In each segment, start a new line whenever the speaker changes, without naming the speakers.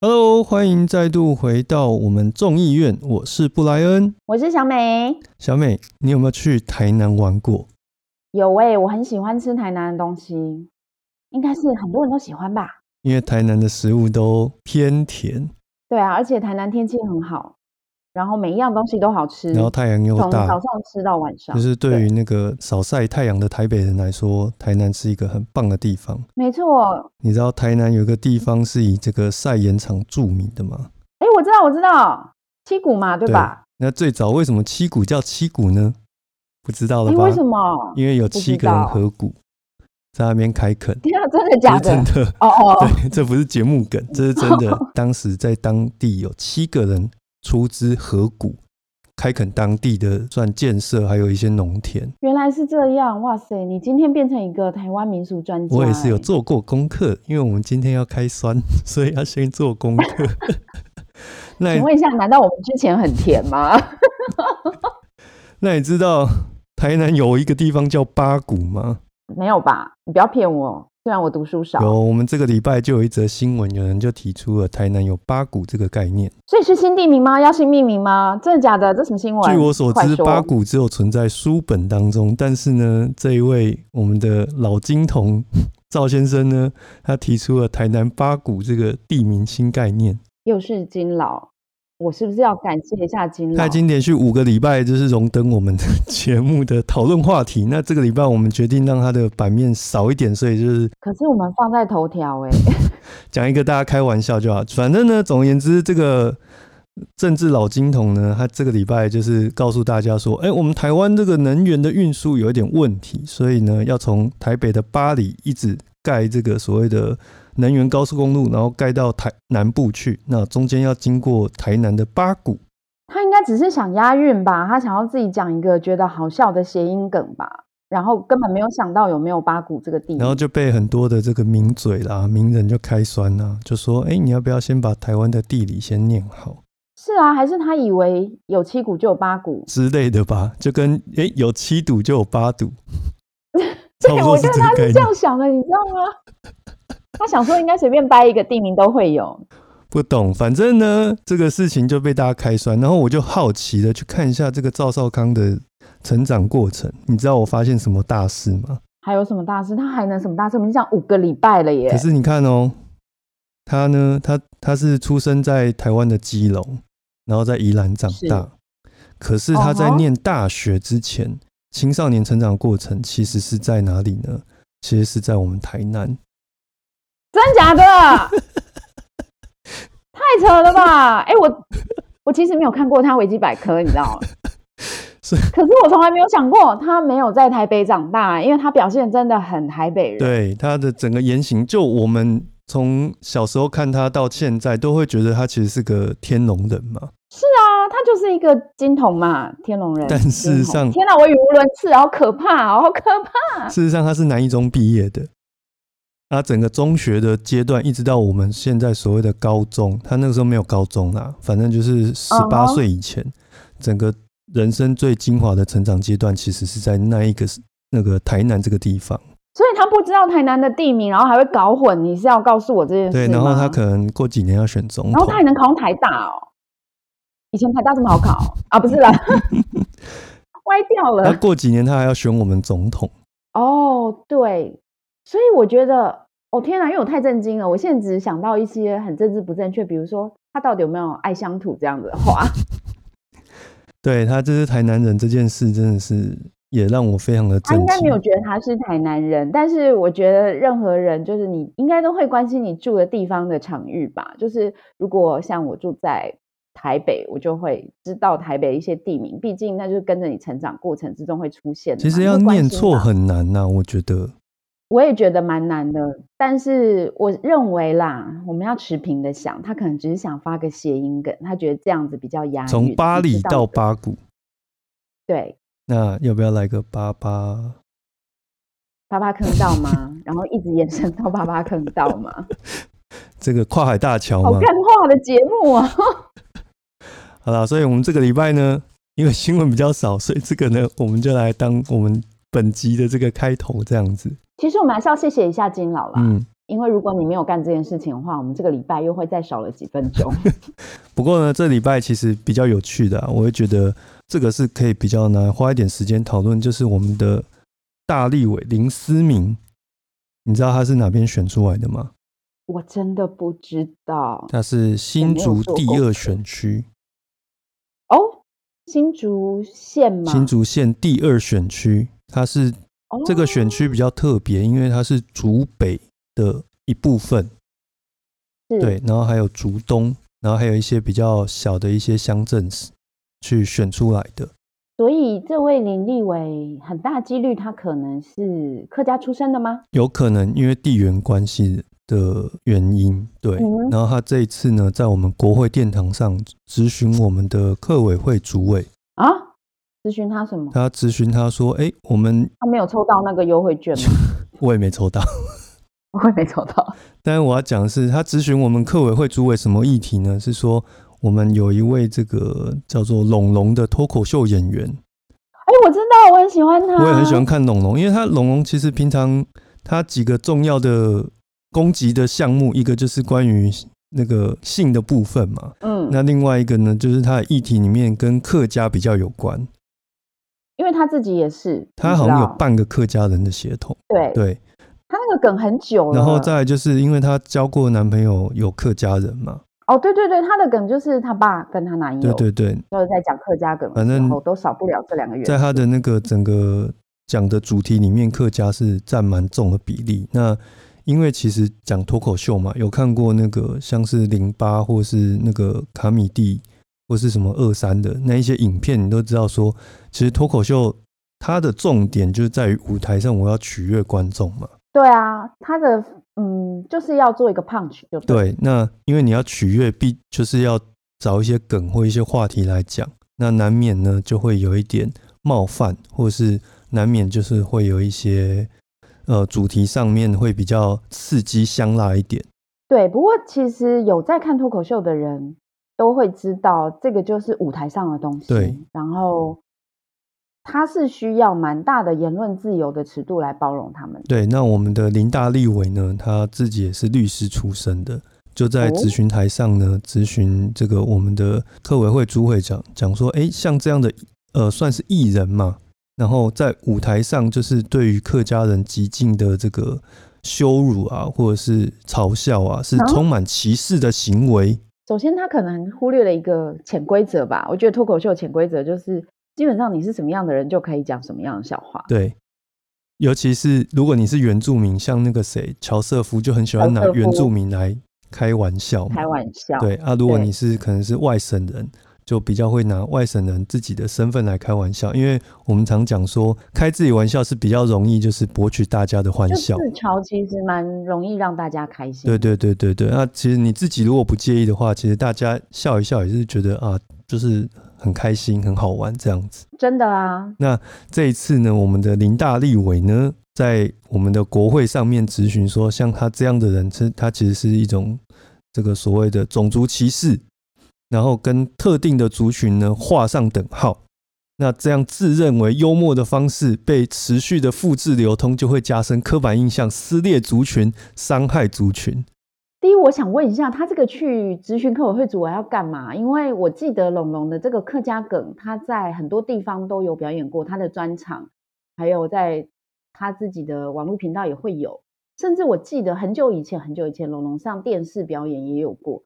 Hello，欢迎再度回到我们众议院，我是布莱恩。
我是小美。
小美，你有没有去台南玩过？
有诶、我很喜欢吃台南的东西，应该是很多人都喜欢吧？
因为台南的食物都偏甜，
对啊，而且台南天气很好，然后每一样东西都好吃，
然后太阳又
嗯从
大，
早上吃到晚上。
就是对于那个少晒太阳的台北人来说，台南是一个很棒的地方。
没错，
你知道台南有一个地方是以这个晒盐场著名的吗？
诶，我知道，我知道，七股嘛，对吧？
那最早为什么七股叫七股呢？不知道
诶，
了吧？
哎为什么？
因为有七个人合股在那边开垦，
天啊， 真的
这
假
是
的
真？的。
哦哦，
对，这不是节目梗，这是真的。当时在当地有七个人出资合股，开垦当地的算建设，还有一些农田。
原来是这样，哇塞，你今天变成一个台湾民俗专家、欸
我也是有
诶
做过功课，因为我们今天要开酸， 所以要先做功课。 那
请问一下，难道我们之前很甜吗？
那你知道台南有一个地方叫八股吗？
没有吧？你不要骗我，虽然我读书少，
有，我们这个礼拜就有一则新闻，有人就提出了台南有八股这个概念。
所以是新地名吗？要新命名吗？真的假的？这什么新闻？
据我所
快
知，
说
八股只有存在书本当中，但是呢，这一位我们的老金童赵先生呢，他提出了台南八股这个地名新概念。
又是金老，我是不是要感谢一下金老？
他已经连续五个礼拜就是荣登我们的 节目的讨论话题。那这个礼拜我们决定让他的版面少一点，所以就是
可是我们放在头条哎、
讲一个大家开玩笑就好。反正呢，总而言之，这个政治老金童呢，他这个礼拜就是告诉大家说，哎、我们台湾这个能源的运输有一点问题，所以呢，要从台北的巴黎一直盖这个所谓的能源高速公路，然后盖到台南部去，那中间要经过台南的八股。
他应该只是想押韵吧？他想要自己讲一个觉得好笑的谐音梗吧？然后根本没有想到有没有八股这个地名，
然后就被很多的这个名嘴啦、名人就开酸啦、就说：“哎、你要不要先把台湾的地理先念好
是啊，还是他以为有七股就有八股？
之类的吧？”就跟哎、诶有七堵就有八堵， 差不
对，啊
多
我
是
觉
这
得
个
他
概
是这
念。
样想的，你知道吗？ 他想说应该随便掰一个地名都会有，
不懂，反正呢，这个事情就被大家开酸，然后我就好奇的去看一下这个赵少康的成长过程。你知道我发现什么大事吗？
还有什么大事？他还能什么大事？我们讲五个礼拜了耶
可！是你看哦，他呢，他他是出生在台湾的基隆，然后在宜兰长大
是。
可是他在
哦吼
念大学之前，青少年成长过程其实是在哪里呢？其实是在我们台南。
真假的？ 太扯了吧！哎、我我其实没有看过他维基百科，你知道吗？
是
可是我从来没有想过他没有在台北长大，因为他表现真的很台北人。
对他的整个言行，就我们从小时候看他到现在，都会觉得他其实是个天龙人嘛。
啊，他就是一个金童嘛，天龙人。
但
金
事实
童
上
天哪、我语无伦次，好可怕，好可怕！
事实上，他是南一中毕业的。他整个中学的阶段，一直到我们现在所谓的高中，他那个时候没有高中啦，反正就是十八
嗯哼
岁以前整个人生最精华的成长阶段，其实是在那一个那个台南这个地方。
所以他不知道台南的地名，然后还会搞混。你是要告诉我这件事
对，然后
吗
他可能过几年要选总
然后
统
他，还能考上台大哦。以前台大这么好考啊？不是 啦，歪掉
那
了。
过几年他还要选我们总统。
哦，对，所以我觉得，哦天哪，因为我太震惊了，我现在只想到一些很政治不正确，比如说他到底有没有爱乡土这样子的 话。
对他这是台南人这件事，真的是也让我非常的
他
震
应该没有
惊。
觉得他是台南人，但是我觉得任何人就是你应该都会关心你住的地方的场域吧。就是如果像我住在台北，我就会知道台北一些地名，毕竟那就是跟着你成长过程之中会出现的嘛。
其实
你
要
会关
念
心
错
嘛
很难呐、我觉得。
我也觉得蛮难的，但是我认为啦，我们要持平的想，他可能只是想发个谐音梗，他觉得这样子比较押韵。
从巴
啊你知
黎
道
到
的
八股，
对，
那要不要来个八八？
巴巴坑道吗？然后一直延伸到巴巴坑 道吗？
这个跨海大桥
好
嘛，
干话的节目啊！
好啦，所以我们这个礼拜呢，因为新闻比较少，所以这个呢，我们就来当我们本集的这个开头这样子。
其实我们还是要谢谢一下金老啦，
嗯，
因为如果你没有干这件事情的话，我们这个礼拜又会再少了几分 钟。
不过呢，这礼拜其实比较有趣的、啊，我会觉得这个是可以比较难花一点时间讨论，就是我们的大立委林思明，你知道他是哪边选出来的吗？
我真的不知道
他是新竹第二选区，
哦，新竹县吗？
新竹县第二选区，他是
哦
这个选区比较特别，因为它是竹北的一部分，
是
对，然后还有竹东，然后还有一些比较小的一些乡镇市去选出来的。
所以这位林立伟很大几率他可能是客家出身的吗？
有可能因为地缘关系的原因，对。
嗯
然后他这一次呢，在我们国会殿堂上咨询我们的客委会主委，
啊，咨询他什么？
他咨询他说：“哎、我们
他没有抽到那个优惠券吗？
我也没抽到，
我也没抽到。
但是我要讲的是，他咨询我们客委会主委什么议题呢？是说我们有一位这个叫做龙龙的脱口秀演员，
哎，我知道，我很喜欢他，
我也很喜欢看龙龙，因为他龙龙其实平常他几个重要的攻击的项目，一个就是关于那个性的部分嘛，
嗯，
那另外一个呢，就是他的议题里面跟客家比较有关，
因为他自己也是，
他
你知
好像有
道
半个客家人的血统，
对，
对。
他那个梗很久了。
然后再来就是因为他交过男朋友有客家人嘛，
哦，对对对，他的梗就是他爸跟他男友，
对对对，
就是在讲客家梗的
反
时
正
候，都少不了这两个元素。
在他的那个整个讲的主题里面，客家是占蛮重的比例。那因为其实讲脱口秀嘛，有看过那个像是零八或是那个卡米蒂或是什么二三的那一些影片，你都知道说，其实脱口秀它的重点就是在于舞台上我要取悦观众嘛。
对啊，他的嗯，就是要做一个 punch 就对。
对，那因为你要取悦，必就是要找一些梗或一些话题来讲，那难免呢就会有一点冒犯，或是难免就是会有一些呃主题上面会比较刺激香辣一点。
对，不过其实有在看脱口秀的人都会知道，这个就是舞台上的东西。
对，
然后他是需要蛮大的言论自由的尺度来包容他们的。
对，那我们的林大立委呢，他自己也是律师出身的，就在
哦
咨询台上呢，咨询这个我们的客委会主委讲讲说，诶，像这样的呃，算是艺人嘛，然后在舞台上就是对于客家人极尽的这个羞辱啊，或者是嘲笑啊，是
啊
充满歧视的行为。
首先，他可能忽略了一个潜规则吧。我觉得脱口秀潜规则就是，基本上你是什么样的人，就可以讲什么样的笑话。
对，尤其是如果你是原住民，像那个谁乔瑟夫就很喜欢拿
乔瑟夫
原住民来开玩笑嘛，
开玩笑，
对啊，如果
对
你是可能是外省人，就比较会拿外省人自己的身份来开玩笑，因为我们常讲说开自己玩笑是比较容易，就是博取大家的欢
就
笑。
自嘲其实蛮容易让大家开心。
对对对对对，那其实你自己如果不介意的话，其实大家笑一笑也是觉得啊，就是很开心、很好玩这样子。
真的啊，
这一次呢，我们的林大立委呢，在我们的国会上面质询说，像他这样的人，是他其实是一种这个所谓的种族歧视，然后跟特定的族群呢画上等号。那这样自认为幽默的方式被持续的复制流通，就会加深刻板印象，撕裂族群，伤害族群。
第一，我想问一下，他这个去咨询客委会主委要干嘛？因为我记得龙龙的这个客家梗，他在很多地方都有表演过，他的专场，还有在他自己的网络频道也会有，甚至我记得很久以前，很久以前龙龙上电视表演也有过。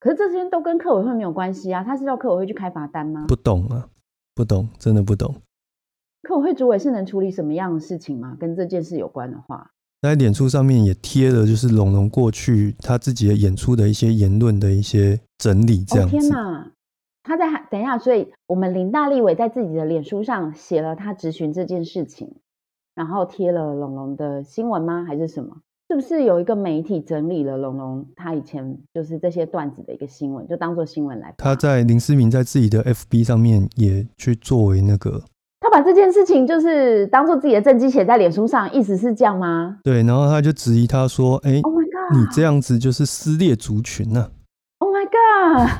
可是这些都跟客委会没有关系啊，他是要客委会去开罚单吗？
不懂啊，不懂，真的不懂。
客委会主委是能处理什么样的事情吗？跟这件事有关的话，
在脸书上面也贴了，就是龙龙过去他自己的演出的一些言论的一些整理，这
哦
样
天
子。
哪！他在等一下，所以我们林大立伟在自己的脸书上写了他质询这件事情，然后贴了龙龙的新闻吗？还是什么？是不是有一个媒体整理了龙龙他以前就是这些段子的一个新闻，就当做新闻来发？
他在林思明在自己的 FB 上面也去作为那个
他把这件事情就是当做自己的政绩写在脸书上，意思是这样吗
对，然后他就质疑他说：“哎、
？Oh my
你
god！Oh
这样子就是撕裂族群啊呐、
Oh my god！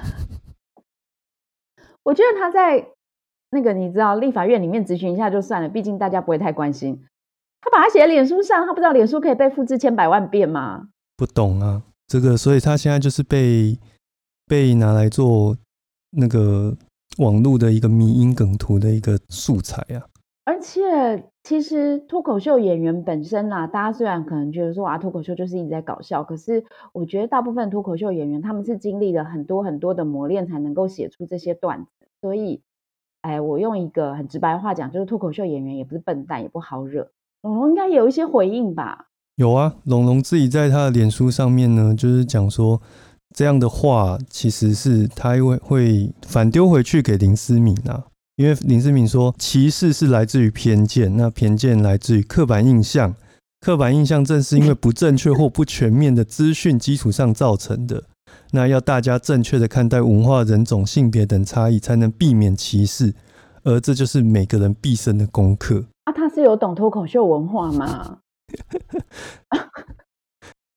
我觉得他在那个你知道立法院里面质询一下就算了，毕竟大家不会太关心。他把它写在脸书上，他不知道脸书可以被复制千百万遍吗？
不懂啊，这个，所以他现在就是被被拿来做那个网络的一个迷因梗图的一个素材啊。
而且，其实脱口秀演员本身啦、大家虽然可能觉得说啊，脱口秀就是一直在搞笑，可是我觉得大部分脱口秀演员他们是经历了很多很多的磨练才能够写出这些段子，所以，哎，我用一个很直白的话讲，就是脱口秀演员也不是笨蛋，也不好惹。龙龙应该有一些回应吧？
有啊，龙龙自己在他的脸书上面呢，就是讲说这样的话其实是他会会反丢回去给林思敏啊，因为林思敏说歧视是来自于偏见，那偏见来自于刻板印象，刻板印象正是因为不正确或不全面的资讯基础上造成的。那要大家正确的看待文化、人种、性别等差异，才能避免歧视，而这就是每个人毕生的功课。
啊，他是有懂脱口秀文 化吗？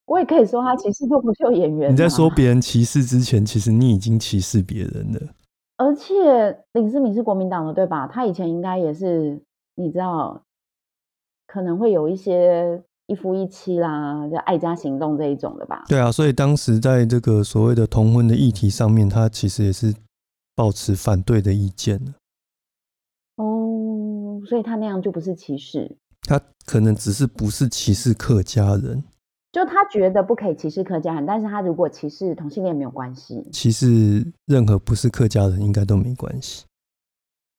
我也可以说他歧视脱口秀演员。啊
你在说别人歧视之前，其实你已经歧视别人了。
而且林思敏是国民党的，对吧？他以前应该也是，你知道，可能会有一些一夫一妻啦，就爱家行动这一种的吧。
对啊，所以当时在这个所谓的同婚的议题上面，他其实也是抱持反对的意见的。
哦，所以他那样就不是歧视，
他可能只是不是歧视客家人，
就他觉得不可以歧视客家人，但是他如果歧视同性恋没有关系。
歧视任何不是客家人应该都没关系。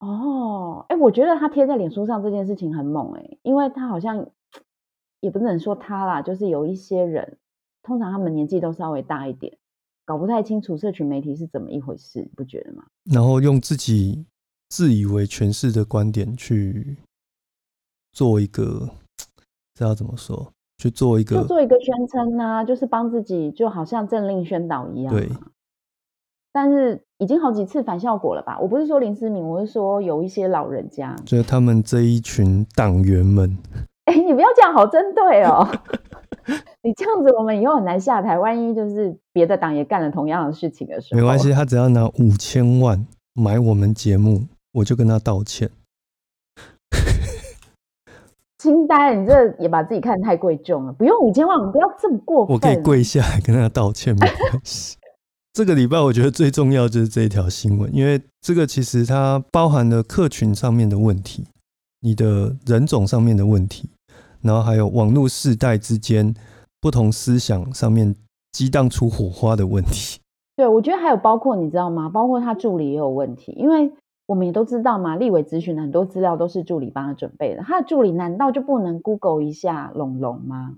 哦，哎、我觉得他贴在脸书上这件事情很猛哎、因为他好像也不能说他啦，就是有一些人，通常他们年纪都稍微大一点，搞不太清楚社群媒体是怎么一回事，你不觉得吗？
然后用自己自以为诠释的观点去做一个，这要怎么说？去做一
就
个
做一个宣称啊，就是帮自己，就好像政令宣导一样、啊。
对。
但是已经好几次反效果了吧？我不是说林思敏，我是说有一些老人家。
就是他们这一群党员们，
哎、你不要这样，好针对哦。 你这样子，我们以后很难下台。万一就是别的党也干了同样的事情的时候，
没关系，。啊他只要拿五千万买我们节目，我就跟他道歉。
惊呆了，你这也把自己看得太贵重了。不用五千万，我们不要这么过分。啊
我可以跪下来跟他道歉，没关系。这个礼拜我觉得最重要就是这一条新闻，因为这个其实它包含了客群上面的问题，你的人种上面的问题，然后还有网络世代之间不同思想上面激荡出火花的问题。
对，我觉得还有包括你知道吗？包括他助理也有问题，因为我们也都知道嘛，立委咨询的很多资料都是助理帮他准备的，他的助理难道就不能 Google 一下龙龙吗？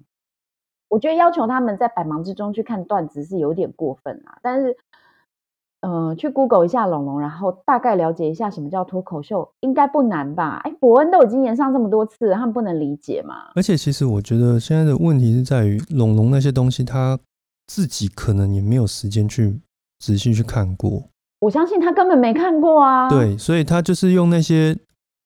我觉得要求他们在百忙之中去看段子是有点过分啦，但是，呃，去 Google 一下龙龙，然后大概了解一下什么叫脱口秀，应该不难吧？哎，伯恩都已经延上这么多次了，他们不能理解嘛？
而且其实我觉得现在的问题是在于龙龙那些东西，他自己可能也没有时间去仔细去看过。
我相信他根本没看过啊，，
对，所以他就是用那些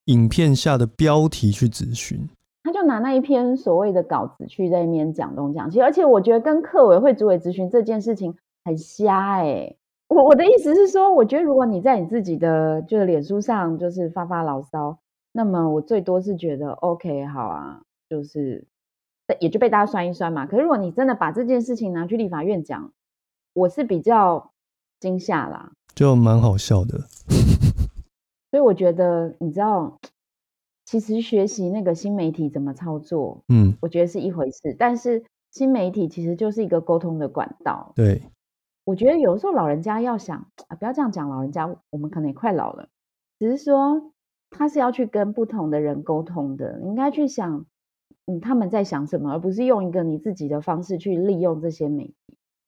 影片下的标题去咨询。
他就拿那一篇所谓的稿子去在那边讲东讲西，而且我觉得跟客委会主委咨询这件事情很瞎哎、我我的意思是说，我觉得如果你在你自己的就是脸书上就是发发牢骚，那么我最多是觉得 OK 好啊，就是也就被大家酸一酸嘛。可是如果你真的把这件事情拿去立法院讲，我是比较惊吓啦。
就蛮好笑的。
所以我觉得你知道，其实学习那个新媒体怎么操作，
嗯，
我觉得是一回事，但是新媒体其实就是一个沟通的管道。
对，
我觉得有时候老人家要想啊，不要这样讲，老人家我们可能也快老了，只是说他是要去跟不同的人沟通的，你应该去想，嗯，他们在想什么，而不是用一个你自己的方式去利用这些媒体。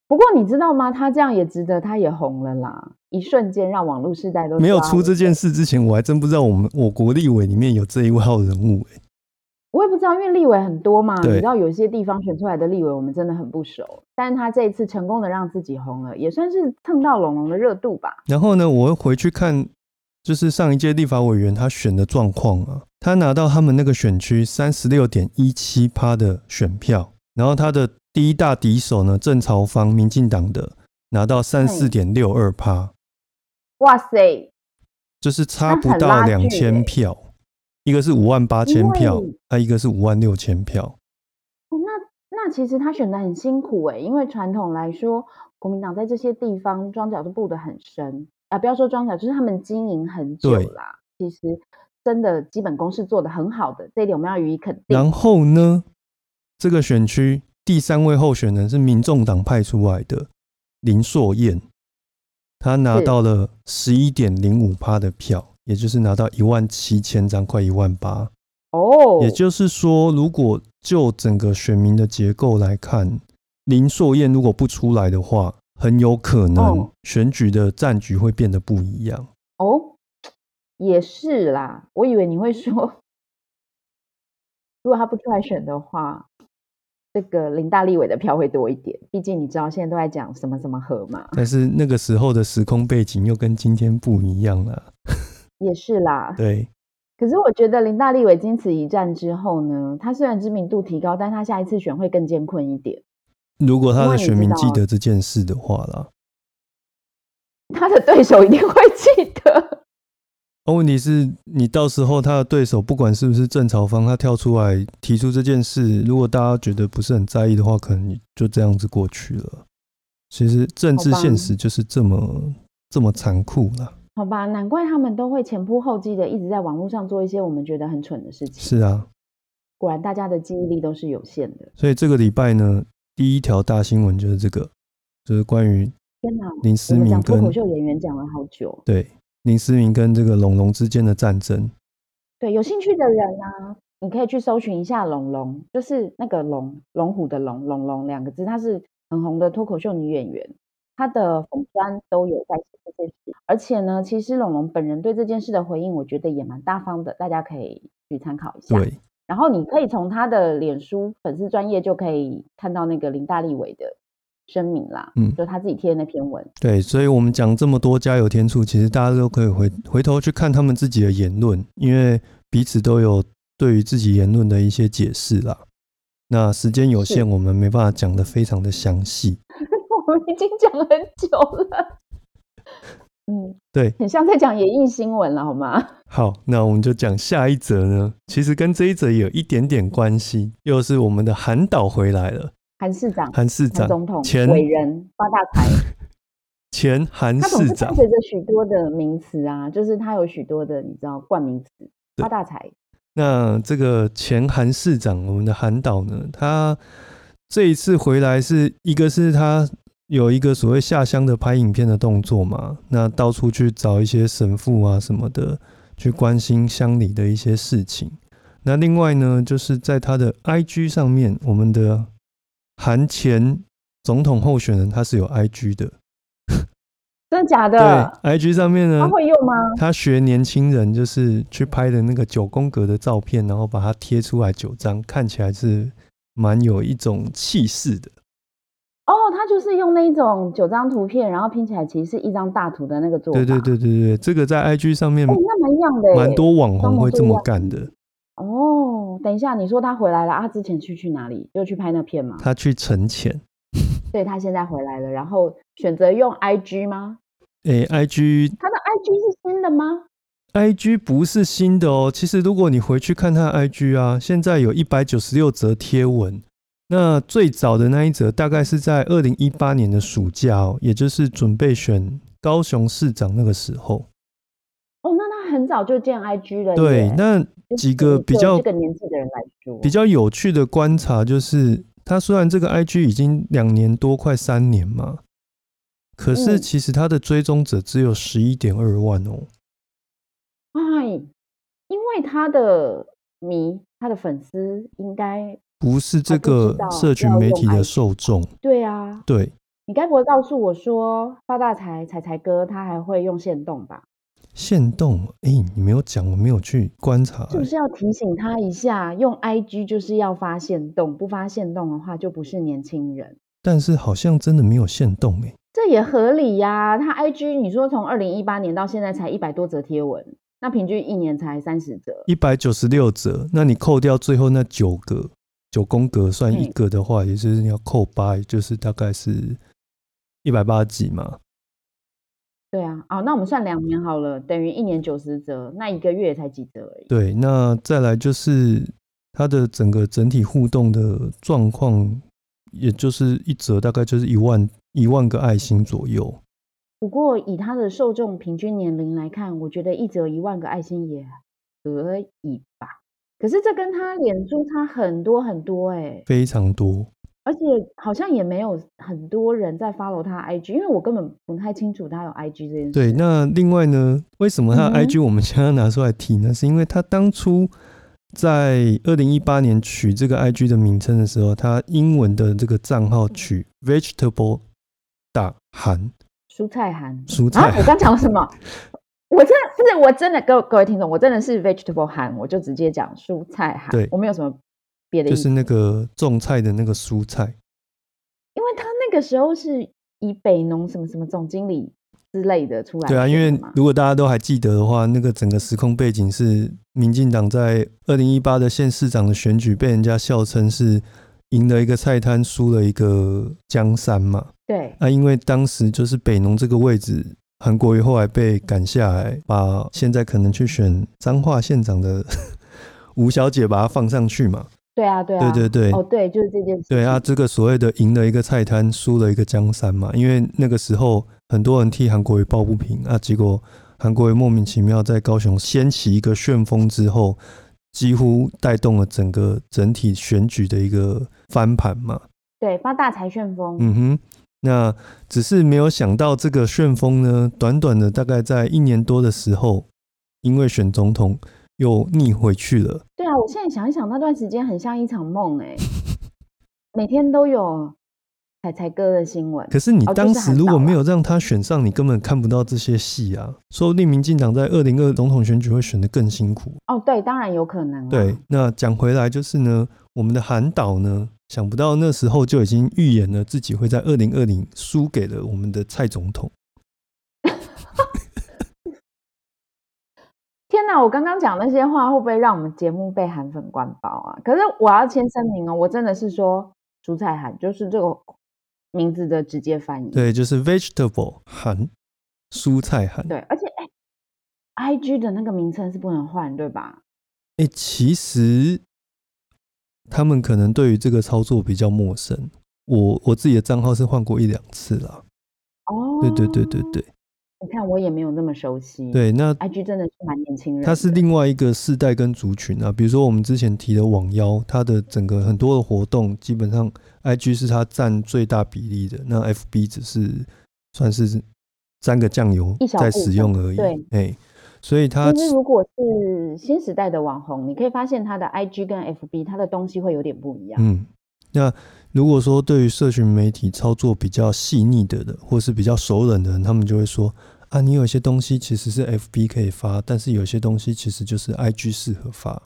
不过你知道吗？他这样也值得，他也红了啦！一瞬间让网络世代都
没有
抓
出
了
这件事之前，我还真不知道我们我国立委里面有这一位号人物、欸。
我也不知道，因为立委很多嘛，你
对
知道有些地方选出来的立委我们真的很不熟，但是他这一次成功的让自己红了，也算是蹭到龙龙的热度吧。
然后呢，我又回去看，就是上一届立法委员他选的状况啊，他拿到他们那个选区三十六点一七趴的选票，然后他的第一大敌手呢，郑朝芳，民进党的拿到三四点六二趴，
哇塞，
就是差
那
不
很
到
拉锯
两
欸
千票。一个是五万八
因
千
为
票，啊，一个是五万六千票。
哦，那那其实他选的很辛苦欸诶，因为传统来说，国民党在这些地方庄脚都布得很深啊，不要说庄脚，就是他们经营很久
对
啦。其实真的基本功是做得很好的，这一点我们要予以肯定。哦
然后呢，这个选区第三位候选人是民众党派出来的林硕彦，他拿
是
到了十一点零五趴的票，也就是拿到一万七千张，快一万八。
哦，
也就是说，如果就整个选民的结构来看，林硕彦如果不出来的话，很有可能
哦
选举的战局会变得不一样。
哦，也是啦，我以为你会说，如果他不出来选的话，这个林大立委的票会多一点，毕竟你知道现在都在讲什么什么和嘛。
但是那个时候的时空背景又跟今天不一样了。
也是啦，
对，
可是我觉得林大立伟经此一战之后呢，他虽然知名度提高，但他下一次选会更艰困一点。
如果他
因为
的
你
选
知
民
道啊
记得这件事的话啦，
他的对手一定会记得。
那、啊问题是你到时候他的对手不管是不是正朝方，他跳出来提出这件事，如果大家觉得不是很在意的话，可能就这样子过去了。其实政治
好吧
现实就是这么这么残酷啦。
好吧，难怪他们都会前仆后继的一直在网络上做一些我们觉得很蠢的事情。
是啊，
果然，大家的记忆力都是有限的。
所以这个礼拜呢，第一条大新闻就是这个，就是关于
天哪，
林
我
思
们
明
讲脱
跟
口秀演员讲了好久。
对林思明跟这个龙龙之间的战争。
对，有
嗯
兴趣的人啊，你可以去搜寻一下龙龙，就是那个龙龙虎的龙龙龙两个字，她是很红的脱口秀女演员，她的粉砖都有在写这件事。而且呢，其实龙龙本人对这件事的回应，我觉得也蛮大方的，大家可以去参考一下。
对，
然后你可以从他的脸书粉丝专业就可以看到那个林大立伟的声明啦，
嗯
就他自己贴的那篇文。
对，所以我们讲这么多加油添醋，其实大家都可以回回头去看他们自己的言论，因为彼此都有对于自己言论的一些解释啦。那时间有
是
限，我们没办法讲得非常的详细。
我们已经讲很久了，嗯，
对，
很像在讲演艺新闻了，好吗？
好，那我们就讲下一则呢，其实跟这一则也有一点点关系，又是我们的韩导回来了，
韩市长、
韩市
韩
长
总统、
前
伟人、发大财，
前韩
他总
市
是
长
伴，随着许多的名词啊，就是他有许多的你知道冠名词，发大财。
那这个前韩市长，我们的韩导呢，他这一次回来是一个是他有一个所谓下乡的拍影片的动作嘛，那到处去找一些神父啊什么的，去关心乡里的一些事情。那另外呢，就是在他的 IG 上面，我们的韩前总统候选人他是有 IG 的，
真的假
对嗯
的？
，IG 上面呢，
啊他会用吗？
他学年轻人，就是去拍的那个九宫格的照片，然后把它贴出来九张，看起来是蛮有一种气势的。
哦，他就是用那一种九张图片，然后拼起来其实是一张大图的那个做法。
对对对对对，这个在 IG 上面
啊哎、那蛮像的耶，
蛮多网红会这么干的。
哦。等一下，你说他回来了，啊他之前去去哪里？就去拍那片吗？
他去沉潜，
对，他现在回来了，然后选择用 IG 吗？
诶、i 哎 g
他的 IG 是新的吗？
IG 不是新的哦。其实如果你回去看他的 IG 啊，现在有一百九十六则贴文。那最早的那一则大概是在二零一八年的暑假哦，也就是准备选高雄市长那个时候。
哦，那他很早就建 IG 了耶。
对，那
就
几
是
个
对
比较
这个年纪的人来说，
比较有趣的观察就是，他虽然这个 IG 已经两年多，快三年嘛，可是
嗯
其实他的追踪者只有十一点二万哦。
哎，因为他的迷，他的粉丝应该
不是这
他就
个
哦知道
社群媒体的受众，
对啊。
对，
你该不会告诉我说发大财财财哥他还会用线动吧？
限动，哎、你没有讲，我没有去观察、
是不是要提醒他一下？用 IG 就是要发现动，不发现动的话就不是年轻人。
但是好像真的没有限动哎、
这也合理呀、他 IG 你说从二零一八年到现在才一百多则贴文，那平均一年才三十则。
一百九十六折，那你扣掉最后那九个九宫格算一
嗯
个的话，也就是你要扣八，也就是大概是一百八十几嘛，
对啊，哦，那我们算两年好了，等于一年九十折，那一个月也才几折而已。
对，那再来就是它的整个整体互动的状况，也就是一折大概就是一万一万个爱心左右。
不过以它的受众平均年龄来看，我觉得一折一万个爱心也可以吧。可是这跟他脸书差很多很多哎、
非常多。
而且好像也没有很多人在 follow 他 IG，因为我根本不太清楚他有 IG 这件事。
对，那另外呢，为什么他的
嗯哼
IG 我们现在拿出来提呢？是因为他当初在二零一八年取这个 IG 的名称的时候，他英文的这个账号取 vegetable 打韩
蔬菜韩
蔬
啊
菜，
我刚讲了什么？我真的不是，我真的各各位听众，我真的是 vegetable 韩，我就直接讲蔬菜韩，
对
我没有什么别的意
就
思。
是那个种菜的那个蔬菜。
因为他那个时候是以北农什么什么总经理之类的出来
对啊，因
选的
为
嘛
如果大家都还记得的话，那个整个时空背景是民进党在二零一八的县市长的选举被人家笑称是赢了一个菜摊，输了一个江山嘛。
对
啊，因为当时就是北农这个位置，韩国瑜后来被赶下来，把现在可能去选彰化县长的 吴小姐把她放上去嘛。
对啊对啊
对对对
哦对，就是这件事
对啊，
情
这个所谓的赢了一个菜摊，输了一个江山嘛。因为那个时候很多人替韩国瑜抱不平啊，结果韩国瑜莫名其妙在高雄掀起一个旋风之后，几乎带动了整个整体选举的一个翻盘嘛。
对发大财旋风，
嗯哼，那只是没有想到这个旋风呢，短短的大概在一年多的时候，因为选总统又逆回去了。
对啊，我现在想一想，那段时间很像一场梦哎、每天都有彩彩哥的新闻，
可是你
哦就是
当时
很
如果
早
没
啦
有让他选上，你根本看不到这些戏啊。说不定民进党在二零二总统选举会选得更辛苦。
哦对，当然有可能啊
对，那讲回来就是呢，我们的韩导呢，想不到那时候就已经预言了自己会在二零二零输给了我们的蔡总统。
天哪！我刚刚讲那些话，会不会让我们节目被韩粉灌爆啊？可是我要先声明哦，我真的是说蔬菜韩，就是这个名字的直接翻译。
对，就是 vegetable 韩蔬菜韩。
对而且哎、i g 的那个名称是不能换，对吧？
哎、其实他们可能对于这个操作比较陌生。我我自己的账号是换过一两次啦。
哦，
对对对对，对
你看我也没有那么熟悉。
对，那
，IG 真的是蛮年轻人的，
它是另外一个世代跟族群啊。比如说我们之前提的网妖，它的整个很多的活动，基本上 IG 是它占最大比例的，那 FB 只是算是沾个酱油
一小
在
部
使
分
用而已。
对
哎、所以它
其实如果是新时代的网红，你可以发现他的 IG 跟 FB，他的东西会有点不一样。
嗯，那如果说对于社群媒体操作比较细腻的人，或是比较熟人的人，他们就会说啊，你有一些东西其实是 FB 可以发，但是有些东西其实就是 IG 适合发。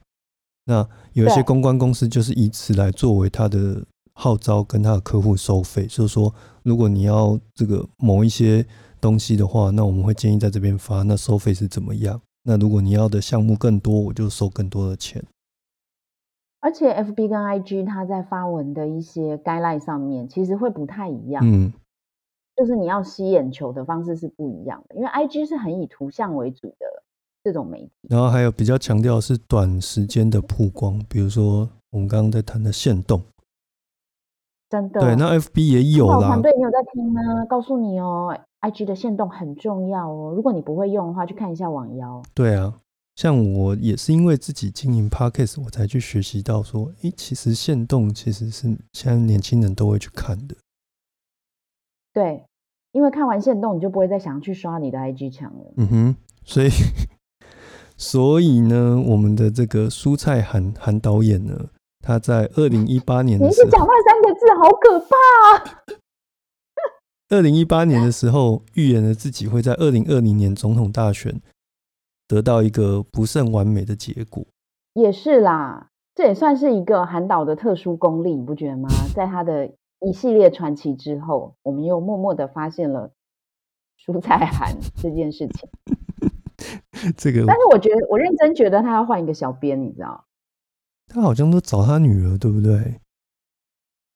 那有一些
对
公关公司就是以此来作为它的号召跟它的客户收费，就是说，如果你要这个某一些东西的话，那我们会建议在这边发，那收费是怎么样？那如果你要的项目更多，我就收更多的钱。
而且 FB 跟 IG 它在发文的一些 guideline 上面，其实会不太一样，
嗯，
就是你要吸眼球的方式是不一样的。因为 IG 是很以图像为主的这种媒体，
然后还有比较强调的是短时间的曝光，比如说我们刚刚在谈的限动，
真的。
对，那 FB 也有
哇
啦
啊团，队你有在听吗？告诉你哦，IG 的限动很重要哦。如果你不会用的话，去看一下网妖。
对啊，像我也是因为自己经营 Podcast，我才去学习到说，诶，其实限动其实是现在年轻人都会去看的，
对，因为看完限动，你就不会再想要去刷你的 IG 墙了。
嗯哼，所以 所以呢，我们的这个蔬菜韩韩导演呢，他在二零一八年
你
的
一
时候
直讲，那三个字，好可怕！
二零一八年的时候预言了自己会在二零二零年总统大选得到一个不甚完美的结果。
也是啦，这也算是一个韩导的特殊功力，你不觉得吗？在他的一系列传奇之后，我们又默默的发现了蔬菜韩这件事 情。
这个
但是我觉得，我认真觉得他要换一个小编，你知道？
他好像都找他女儿，对不对？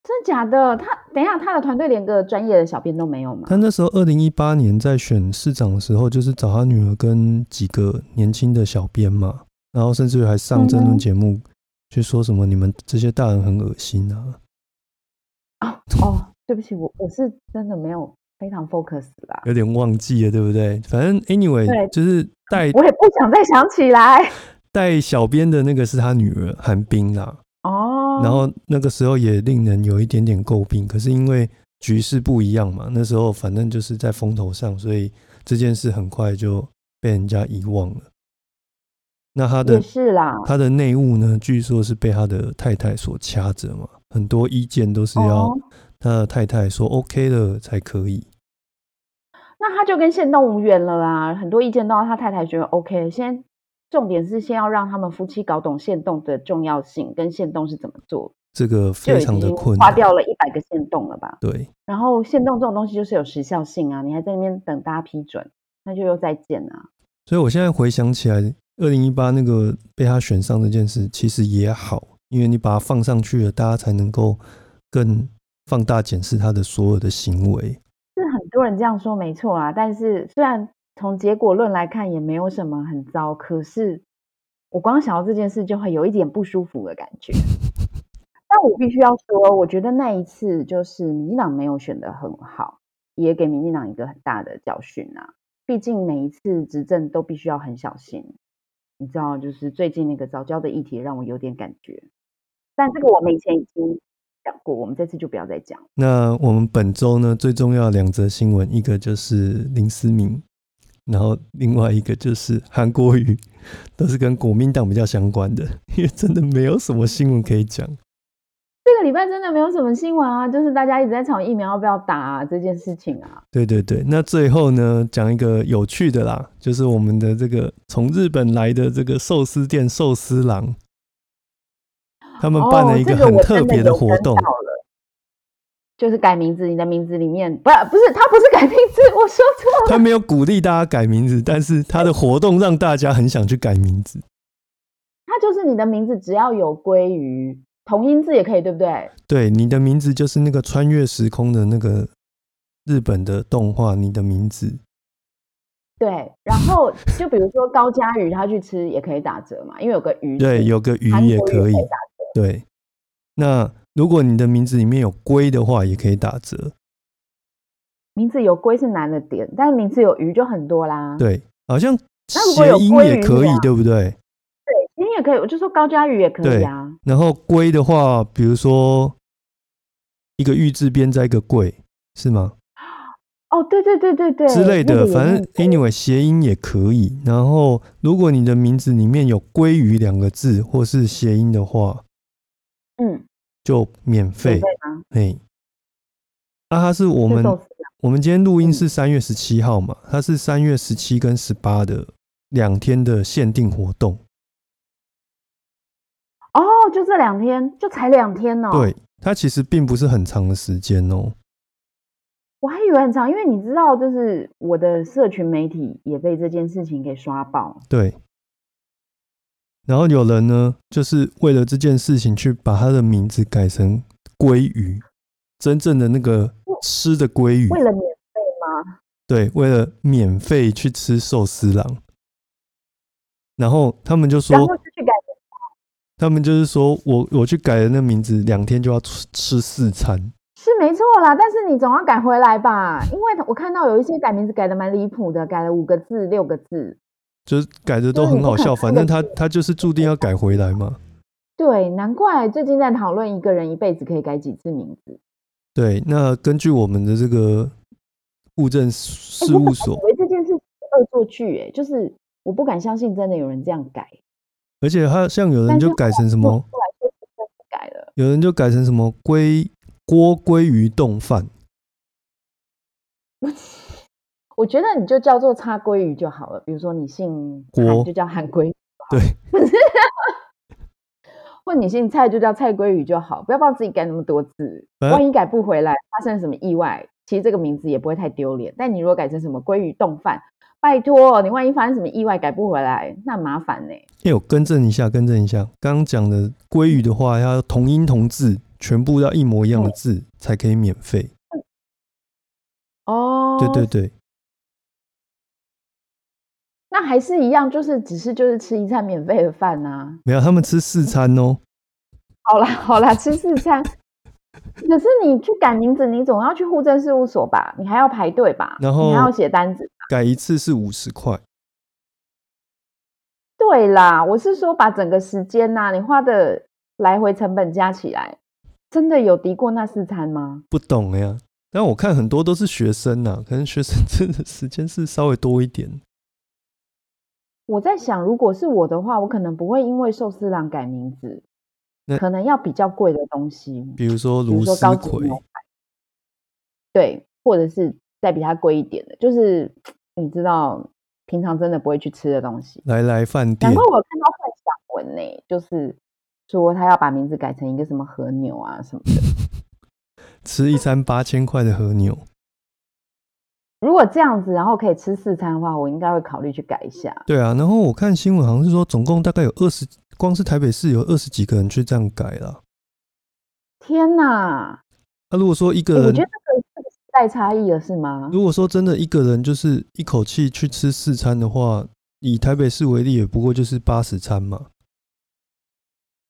真的假的？他等一下，他的团队连个专业的小编都没有吗？
他那时候二零一八年在选市长的时候，就是找他女儿跟几个年轻的小编嘛，然后甚至于还上争论节目去说什么你们这些大人很恶心啊。
哦哦，对不起，我我是真的没有非常 focus 啦，
有点忘记了，对不对？反正 anyway，
对
就是带
我也不想再想起来。
带小编的那个是他女儿韩冰啊啦，
哦，
然后那个时候也令人有一点点诟病，可是因为局势不一样嘛，那时候反正就是在风头上，所以这件事很快就被人家遗忘了。那他
也
的
是啦，
他的内务呢，据说是被他的太太所掐着嘛，很多意见都是要
哦
他的太太说 OK 了才可以。
那他就跟县动无缘了啦。很多意见都要他太太觉得 OK，先重点是先要让他们夫妻搞懂县动的重要性跟县动是怎么做，
这个
就
非
已
常的
经
困
花
难，
掉了一百个县动了吧。
对，
然后限动这种东西就是有时效性啊，你还在那边等大家批准，那就又再见啊。
所以我现在回想起来，二零一八那个被他选上这件事，其实也好，因为你把它放上去了，大家才能够更放大检视他的所有的行为。
是很多人这样说没错啊，但是虽然从结果论来看也没有什么很糟，可是我光想到这件事就会有一点不舒服的感觉。但我必须要说，我觉得那一次就是民进党没有选得很好，也给民进党一个很大的教训啊。毕竟每一次执政都必须要很小心，你知道，就是最近那个早教的议题让我有点感觉。但这个我们以前已经讲过，我们这次就不要再讲。
那我们本周呢，最重要的两则新闻，一个就是林思明，然后另外一个就是韩国瑜，都是跟国民党比较相关的，因为真的没有什么新闻可以讲。
这个礼拜真的没有什么新闻啊，就是大家一直在吵疫苗要不要打、啊、这件事情啊。
对对对，那最后呢，讲一个有趣的啦，就是我们的这个从日本来的这个寿司店寿司郎，他们办了一
哦这
很
我真
特别
的有
活
跟
动，
到了就是改名字，你的名字里面不不是他不是改名字，我说错了。
他没有鼓励大家改名字，但是他的活动让大家很想去改名字。
他就是你的名字，只要有鲑鱼同音字也可以，对不对？
对，你的名字就是那个穿越时空的那个日本的动画，你的名字
对。然后就比如说高佳鱼，他去吃也可以打折嘛，因为有个鱼字。
对，有个鱼
韩国
也可以
打，折
对。那如果你的名字里面有龟的话，也可以打折。
名字有龟是难的点，但是名字有鱼就很多啦。
对，好像
那如果
谐
有
音
鲑
也
鱼
可以
啊，
对不对？
对，你也可以，我就说高佳鱼也可以
对
啊。
然后龟的话，比如说一个玉字边在一个贵，是吗？
哦，对对对对对，
之类
那个
的，
也
反正
是
anyway 谐音也可以。然后如果你的名字里面有“鲑鱼”两个字或是谐音的话，
嗯，
就免
对
费。
吗？
嘿，啊，它是我
我
们
寿司啊
我们今天录音
嗯
是三月十七号嘛，它是三月十七跟十八的两天的限定活动。
哦，就这两天，就才两天哦。，
对，它其实并不是很长的时间哦、
我还以为很长，因为你知道，就是我的社群媒体也被这件事情给刷爆。
对。然后有人呢，就是为了这件事情去把他的名字改成鲑鱼，真正的那个吃的鲑鱼，
为了免费吗？
对，为了免费去吃寿司郎。然后他们就
然后
说，
就去改名，
他们就是说我我去改了那名字，两天就要吃吃四餐。
是没错啦，但是你总要改回来吧，因为我看到有一些改名字改的蛮离谱的，改了五个字、六个字。
就是改的都
就是你
很
不
好
可
笑，
能
反
那
正
个
他他就是注定要改回来嘛。
对，难怪最近在讨论一个人一辈子可以改几次名字。
对，那根据我们的这个户政
哎
事
我本
务
来
所
以，为这件事是恶作剧，哎，就是我不敢相信真的有人这样改。
而且他像有人
但是
就改成什
后来
么，
后来说是真的改了，
有人就改成什么龟锅鲑鱼冻饭，
我觉得你就叫做叉鲑鱼就好了。比如说你姓
郭
韩就叫韩鲑鱼，
对，
或你姓蔡就叫蔡鲑鱼就好，不要帮自己改那么多字。
哎
万一改不回来，发生什么意外，其实这个名字也不会太丢脸。但你如果改成什么鲑鱼冻饭，拜托你万一发生什么意外改不回来，那很麻烦呢、
哎、我更正一下，更正一下，刚刚讲的鲑鱼的话，它同音同字，全部要一模一样的字才可以免费。
哦，
对对，对，
那还是一样，就是只是就是吃一餐免费的饭啊呐、
没有他们吃四餐哦。
好啦 好啦，吃四餐。可是你去赶名字，你总要去户政事务所吧？你还要排队吧？
然后
你还要哦写单子。
改一次是五十块，
对啦，我是说把整个时间啊呐、你花的来回成本加起来，真的有敌过那四餐吗？
不懂呀。但我看很多都是学生呐、可能学生真的时间是稍微多一点。
我在想，如果是我的话，我可能不会因为寿司郎改名字
那，
可能要比较贵的东西，
比如说
比如
卢
说
思
高级
奎，
牛排，对，或者是再比它贵一点的，就是你知道平常真的不会去吃的东西。
来来饭店
难怪我有看到幻想文呢、就是说他要把名字改成一个什么和牛啊什么的。
吃一餐八千块的和牛，
如果这样子，然后可以吃四餐的话，我应该会考虑去改一下。
对啊。然后我看新闻好像是说，总共大概有二十，光是台北市有二十几个人去这样改啦。
天哪，
那、如果说一
诶
个
我
人
觉得这个这个时代差异了是吗？
如果说真的一个人就是一口气去吃四餐的话，以台北市为例，也不过就是八十餐嘛。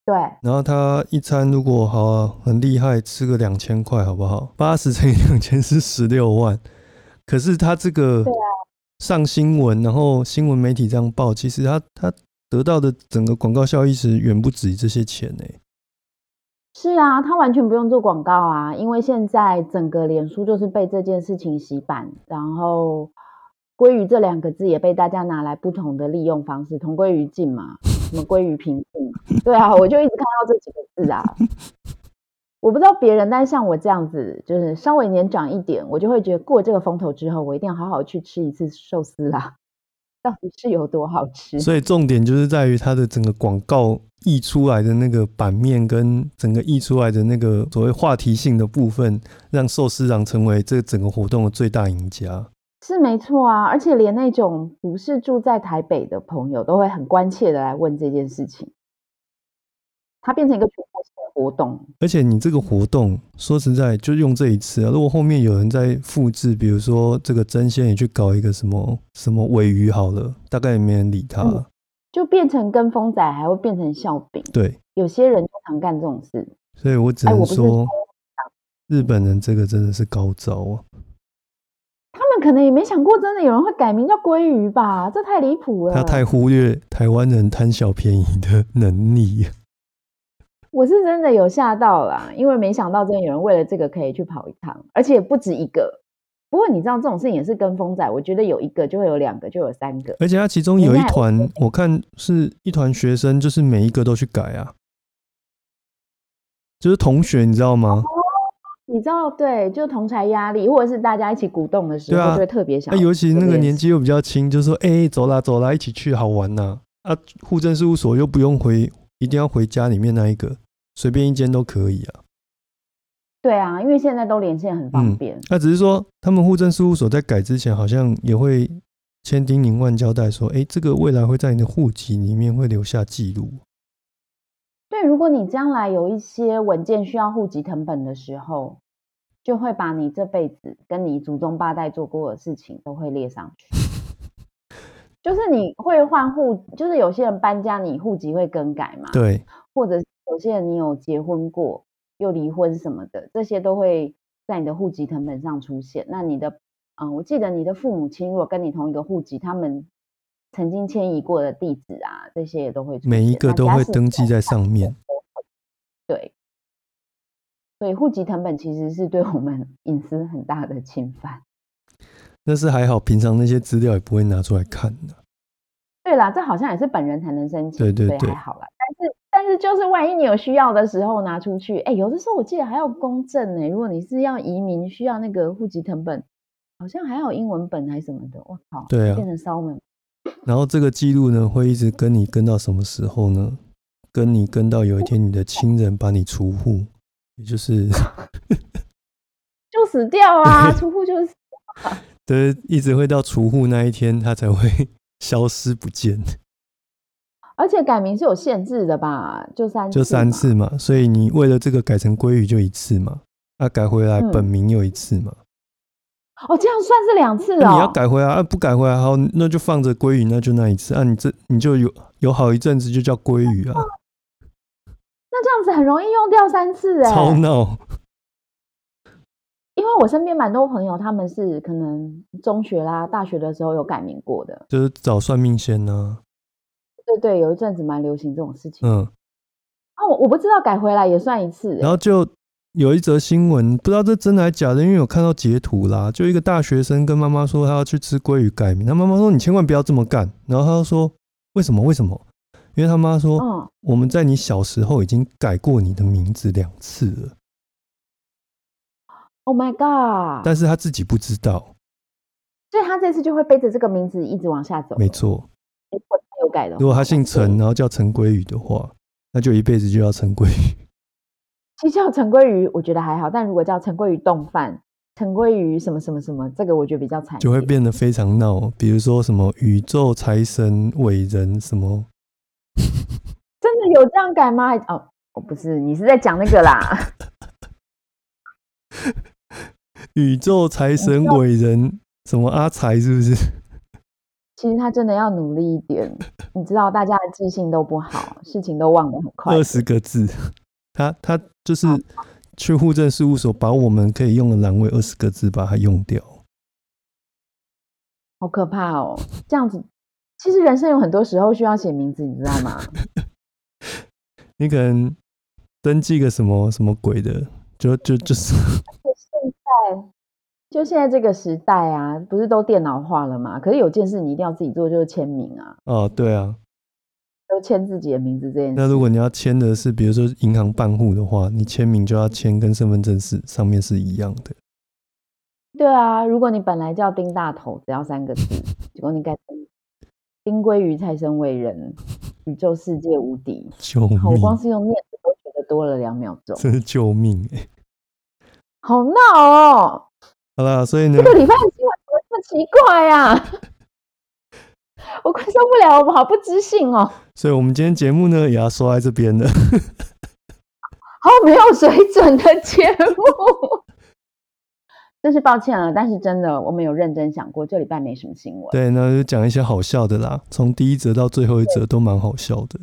对，
然后他一餐如果好、啊、很厉害，吃个两千块好不好？八十乘以两千是十六万。可是他这个
对啊
上新闻，然后新闻媒体这样报，其实他他得到的整个广告效益是远不止这些钱呢、
是啊，他完全不用做广告啊，因为现在整个脸书就是被这件事情洗版，然后“鲑鱼”这两个字也被大家拿来不同的利用方式，同归于尽嘛，什么“鲑鱼平静”嘛，对啊，我就一直看到这几个字啊。我不知道别人，但像我这样子，就是稍微年长一点，我就会觉得过这个风头之后，我一定要好好去吃一次寿司啦。 到底是有多好吃？
所以重点就是在于它的整个广告溢出来的那个版面，跟整个溢出来的那个所谓话题性的部分，让寿司郎成为这整个活动的最大赢家。
是没错啊，而且连那种不是住在台北的朋友都会很关切的来问这件事情，它变成一个全国性的活动。
而且你这个活动，说实在，就用这一次啊。如果后面有人在复制，比如说这个真仙也去搞一个什么什么尾鱼好了，大概也没人理他。
嗯就变成跟风仔，还会变成笑柄。
对，
有些人就常干这种事。
所以我只
哎，我
能
不是说
说，日本人这个真的是高招啊。
他们可能也没想过，真的有人会改名叫鲑鱼吧？这太离谱了。
他太忽略台湾人贪小便宜的能力。
我是真的有吓到啦，因为没想到真的有人为了这个可以去跑一趟，而且不止一个。不过你知道这种事情也是跟风仔，我觉得有一个就会有两个，就有三个。
而且他其中有一
原来
团，我看是一团学生，就是每一个都去改啊，就是同学，你知道
哦
吗？
你知道，对，就同才压力，或者是大家一起鼓动的时
对
候，
啊
就会特别想
那、
要做
尤
这件
其
事。
那个年纪又比较轻，就说：“哎、走啦走啦，一起去好玩呐、啊！”户政事务所又不用回，一定要回家里面那一个，随便一间都可以啊。
对啊，因为现在都连线很方便。
那啊只是说，他们户政事务所在改之前，好像也会千叮咛万交代说：“哎、这个未来会在你的户籍里面会留下记录。
对，如果你将来有一些文件需要户籍成本的时候，就会把你这辈子跟你祖宗八代做过的事情都会列上 去。就是你会换户，就是有些人搬家，你户籍会更改嘛？”，
对，
或者是有些人你有结婚过又离婚什么的，这些都会在你的户籍成本上出现。那你的，嗯，我记得你的父母亲如果跟你同一个户籍，他们曾经迁移过的地址啊，这些也都会出现
每一个
那
都
家
会
世
登记在上面。
对，所以户籍成本其实是对我们 隐私很大的侵犯。
那是还好，平常那些资料也不会拿出来看的。
对啦，这好像也是本人才能申请，
对对
所
对
以还好啦。但是但是就是万一你有需要的时候拿出去，哎，有的时候我记得还要公证呢、如果你是要移民，需要那个户籍成本，好像还有英文本还是什么的，我靠，
对啊
变成烧门。
然后这个记录呢，会一直跟你跟到什么时候呢？跟你跟到有一天你的亲人把你除户，也就是
就死掉啊！出户就是死 哦
对，一直会到除户那一天，他才会消失不见。
而且改名是有限制的吧？就三
就三
嘛
次嘛，所以你为了这个改成鲑鱼就一次嘛，啊，改回来
嗯
本名又一次嘛，
哦，这样算是两次
那、
哦。
你要改回来啊，不改回来好，那就放着鲑鱼，那就那一次啊，你这你就有有好一阵子就叫鲑鱼
哦
啊，
那这样子很容易用掉三次哎、
超闹，
因为我身边蛮多朋友，他们是可能中学啦、大学的时候有改名过的。
就是找算命先呢、
对对，有一阵子蛮流行这种事情。
嗯，
啊，我我不知道改回来也算一次、
然
欸。
后就有一则新闻，不知道这真的还假的，因为有看到截图啦，就一个大学生跟妈妈说他要去吃鲑鱼改名，他妈妈说你千万不要这么干，然后他就说为什么为什么？因为他妈说，
嗯，
我们在你小时候已经改过你的名字两次了，
Oh my god！
但是他自己不知道，
所以他这次就会背着这个名字一直往下走。
没，错。
如果他有改的话，
如果他姓
对
陈，，然后叫陈鲑鱼的话，那就一辈子就叫陈鲑鱼。
其实叫陈鲑鱼，我觉得还好，但如果叫陈鲑鱼冻饭、陈鲑鱼什么什么什么，这个我觉得比较惨一点，
就会变得非常闹，比如说什么宇宙财神、伟人什么，
真的有这样改吗？还哦，我不是，你是在讲那个啦，
宇宙财神、伟人什么阿财是不是？
其实他真的要努力一点，你知道大家的记性都不好，事情都忘得很快
二，十个字，他他就是
好
去户政事务所把我们可以用的栏位二十个字把它用掉。
好可怕哦！这样子，其实人生有很多时候需要写名字，你知道吗？
你可能登记个什么什么鬼的，就就就是
就现在这个时代啊，不是都电脑化了吗？可是有件事你一定要自己做，就是签名啊，
哦，对啊。
就签自己的名字这件事。
那如果你要签的是，比如说银行办户的话，你签名就要签跟身份证是上面是一样的。
对啊，如果你本来叫丁大头，只要三个字，结果你改成丁鲑鱼财神为人，宇宙世界无敌。
救
好，我光
命！
是用念的都觉得多了两秒钟，
真是救命、欸！
好闹哦！
好啦，所以呢
这，个礼拜的新闻怎么这么奇怪呀、啊？ 我快受不了，我们好不知性哦，
所以我们今天节目呢也要说在这边了。
好没有水准的节目。真是抱歉了，但是真的，我们有认真想过，这礼拜没什么新闻。
对，那就讲一些好笑的啦，从第一则到最后一则都蛮好笑的。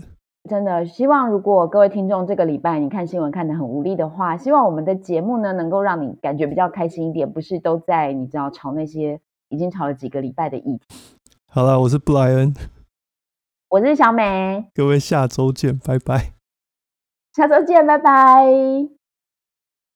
真的希望，如果各位听众这个礼拜你看新闻看得很无力的话，希望我们的节目呢能够让你感觉比较开心一点，不是都在你知道吵那些已经吵了几个礼拜的议题。
好啦，我是布莱恩，
我是小美，
各位下周见，拜拜。
下周见，拜拜。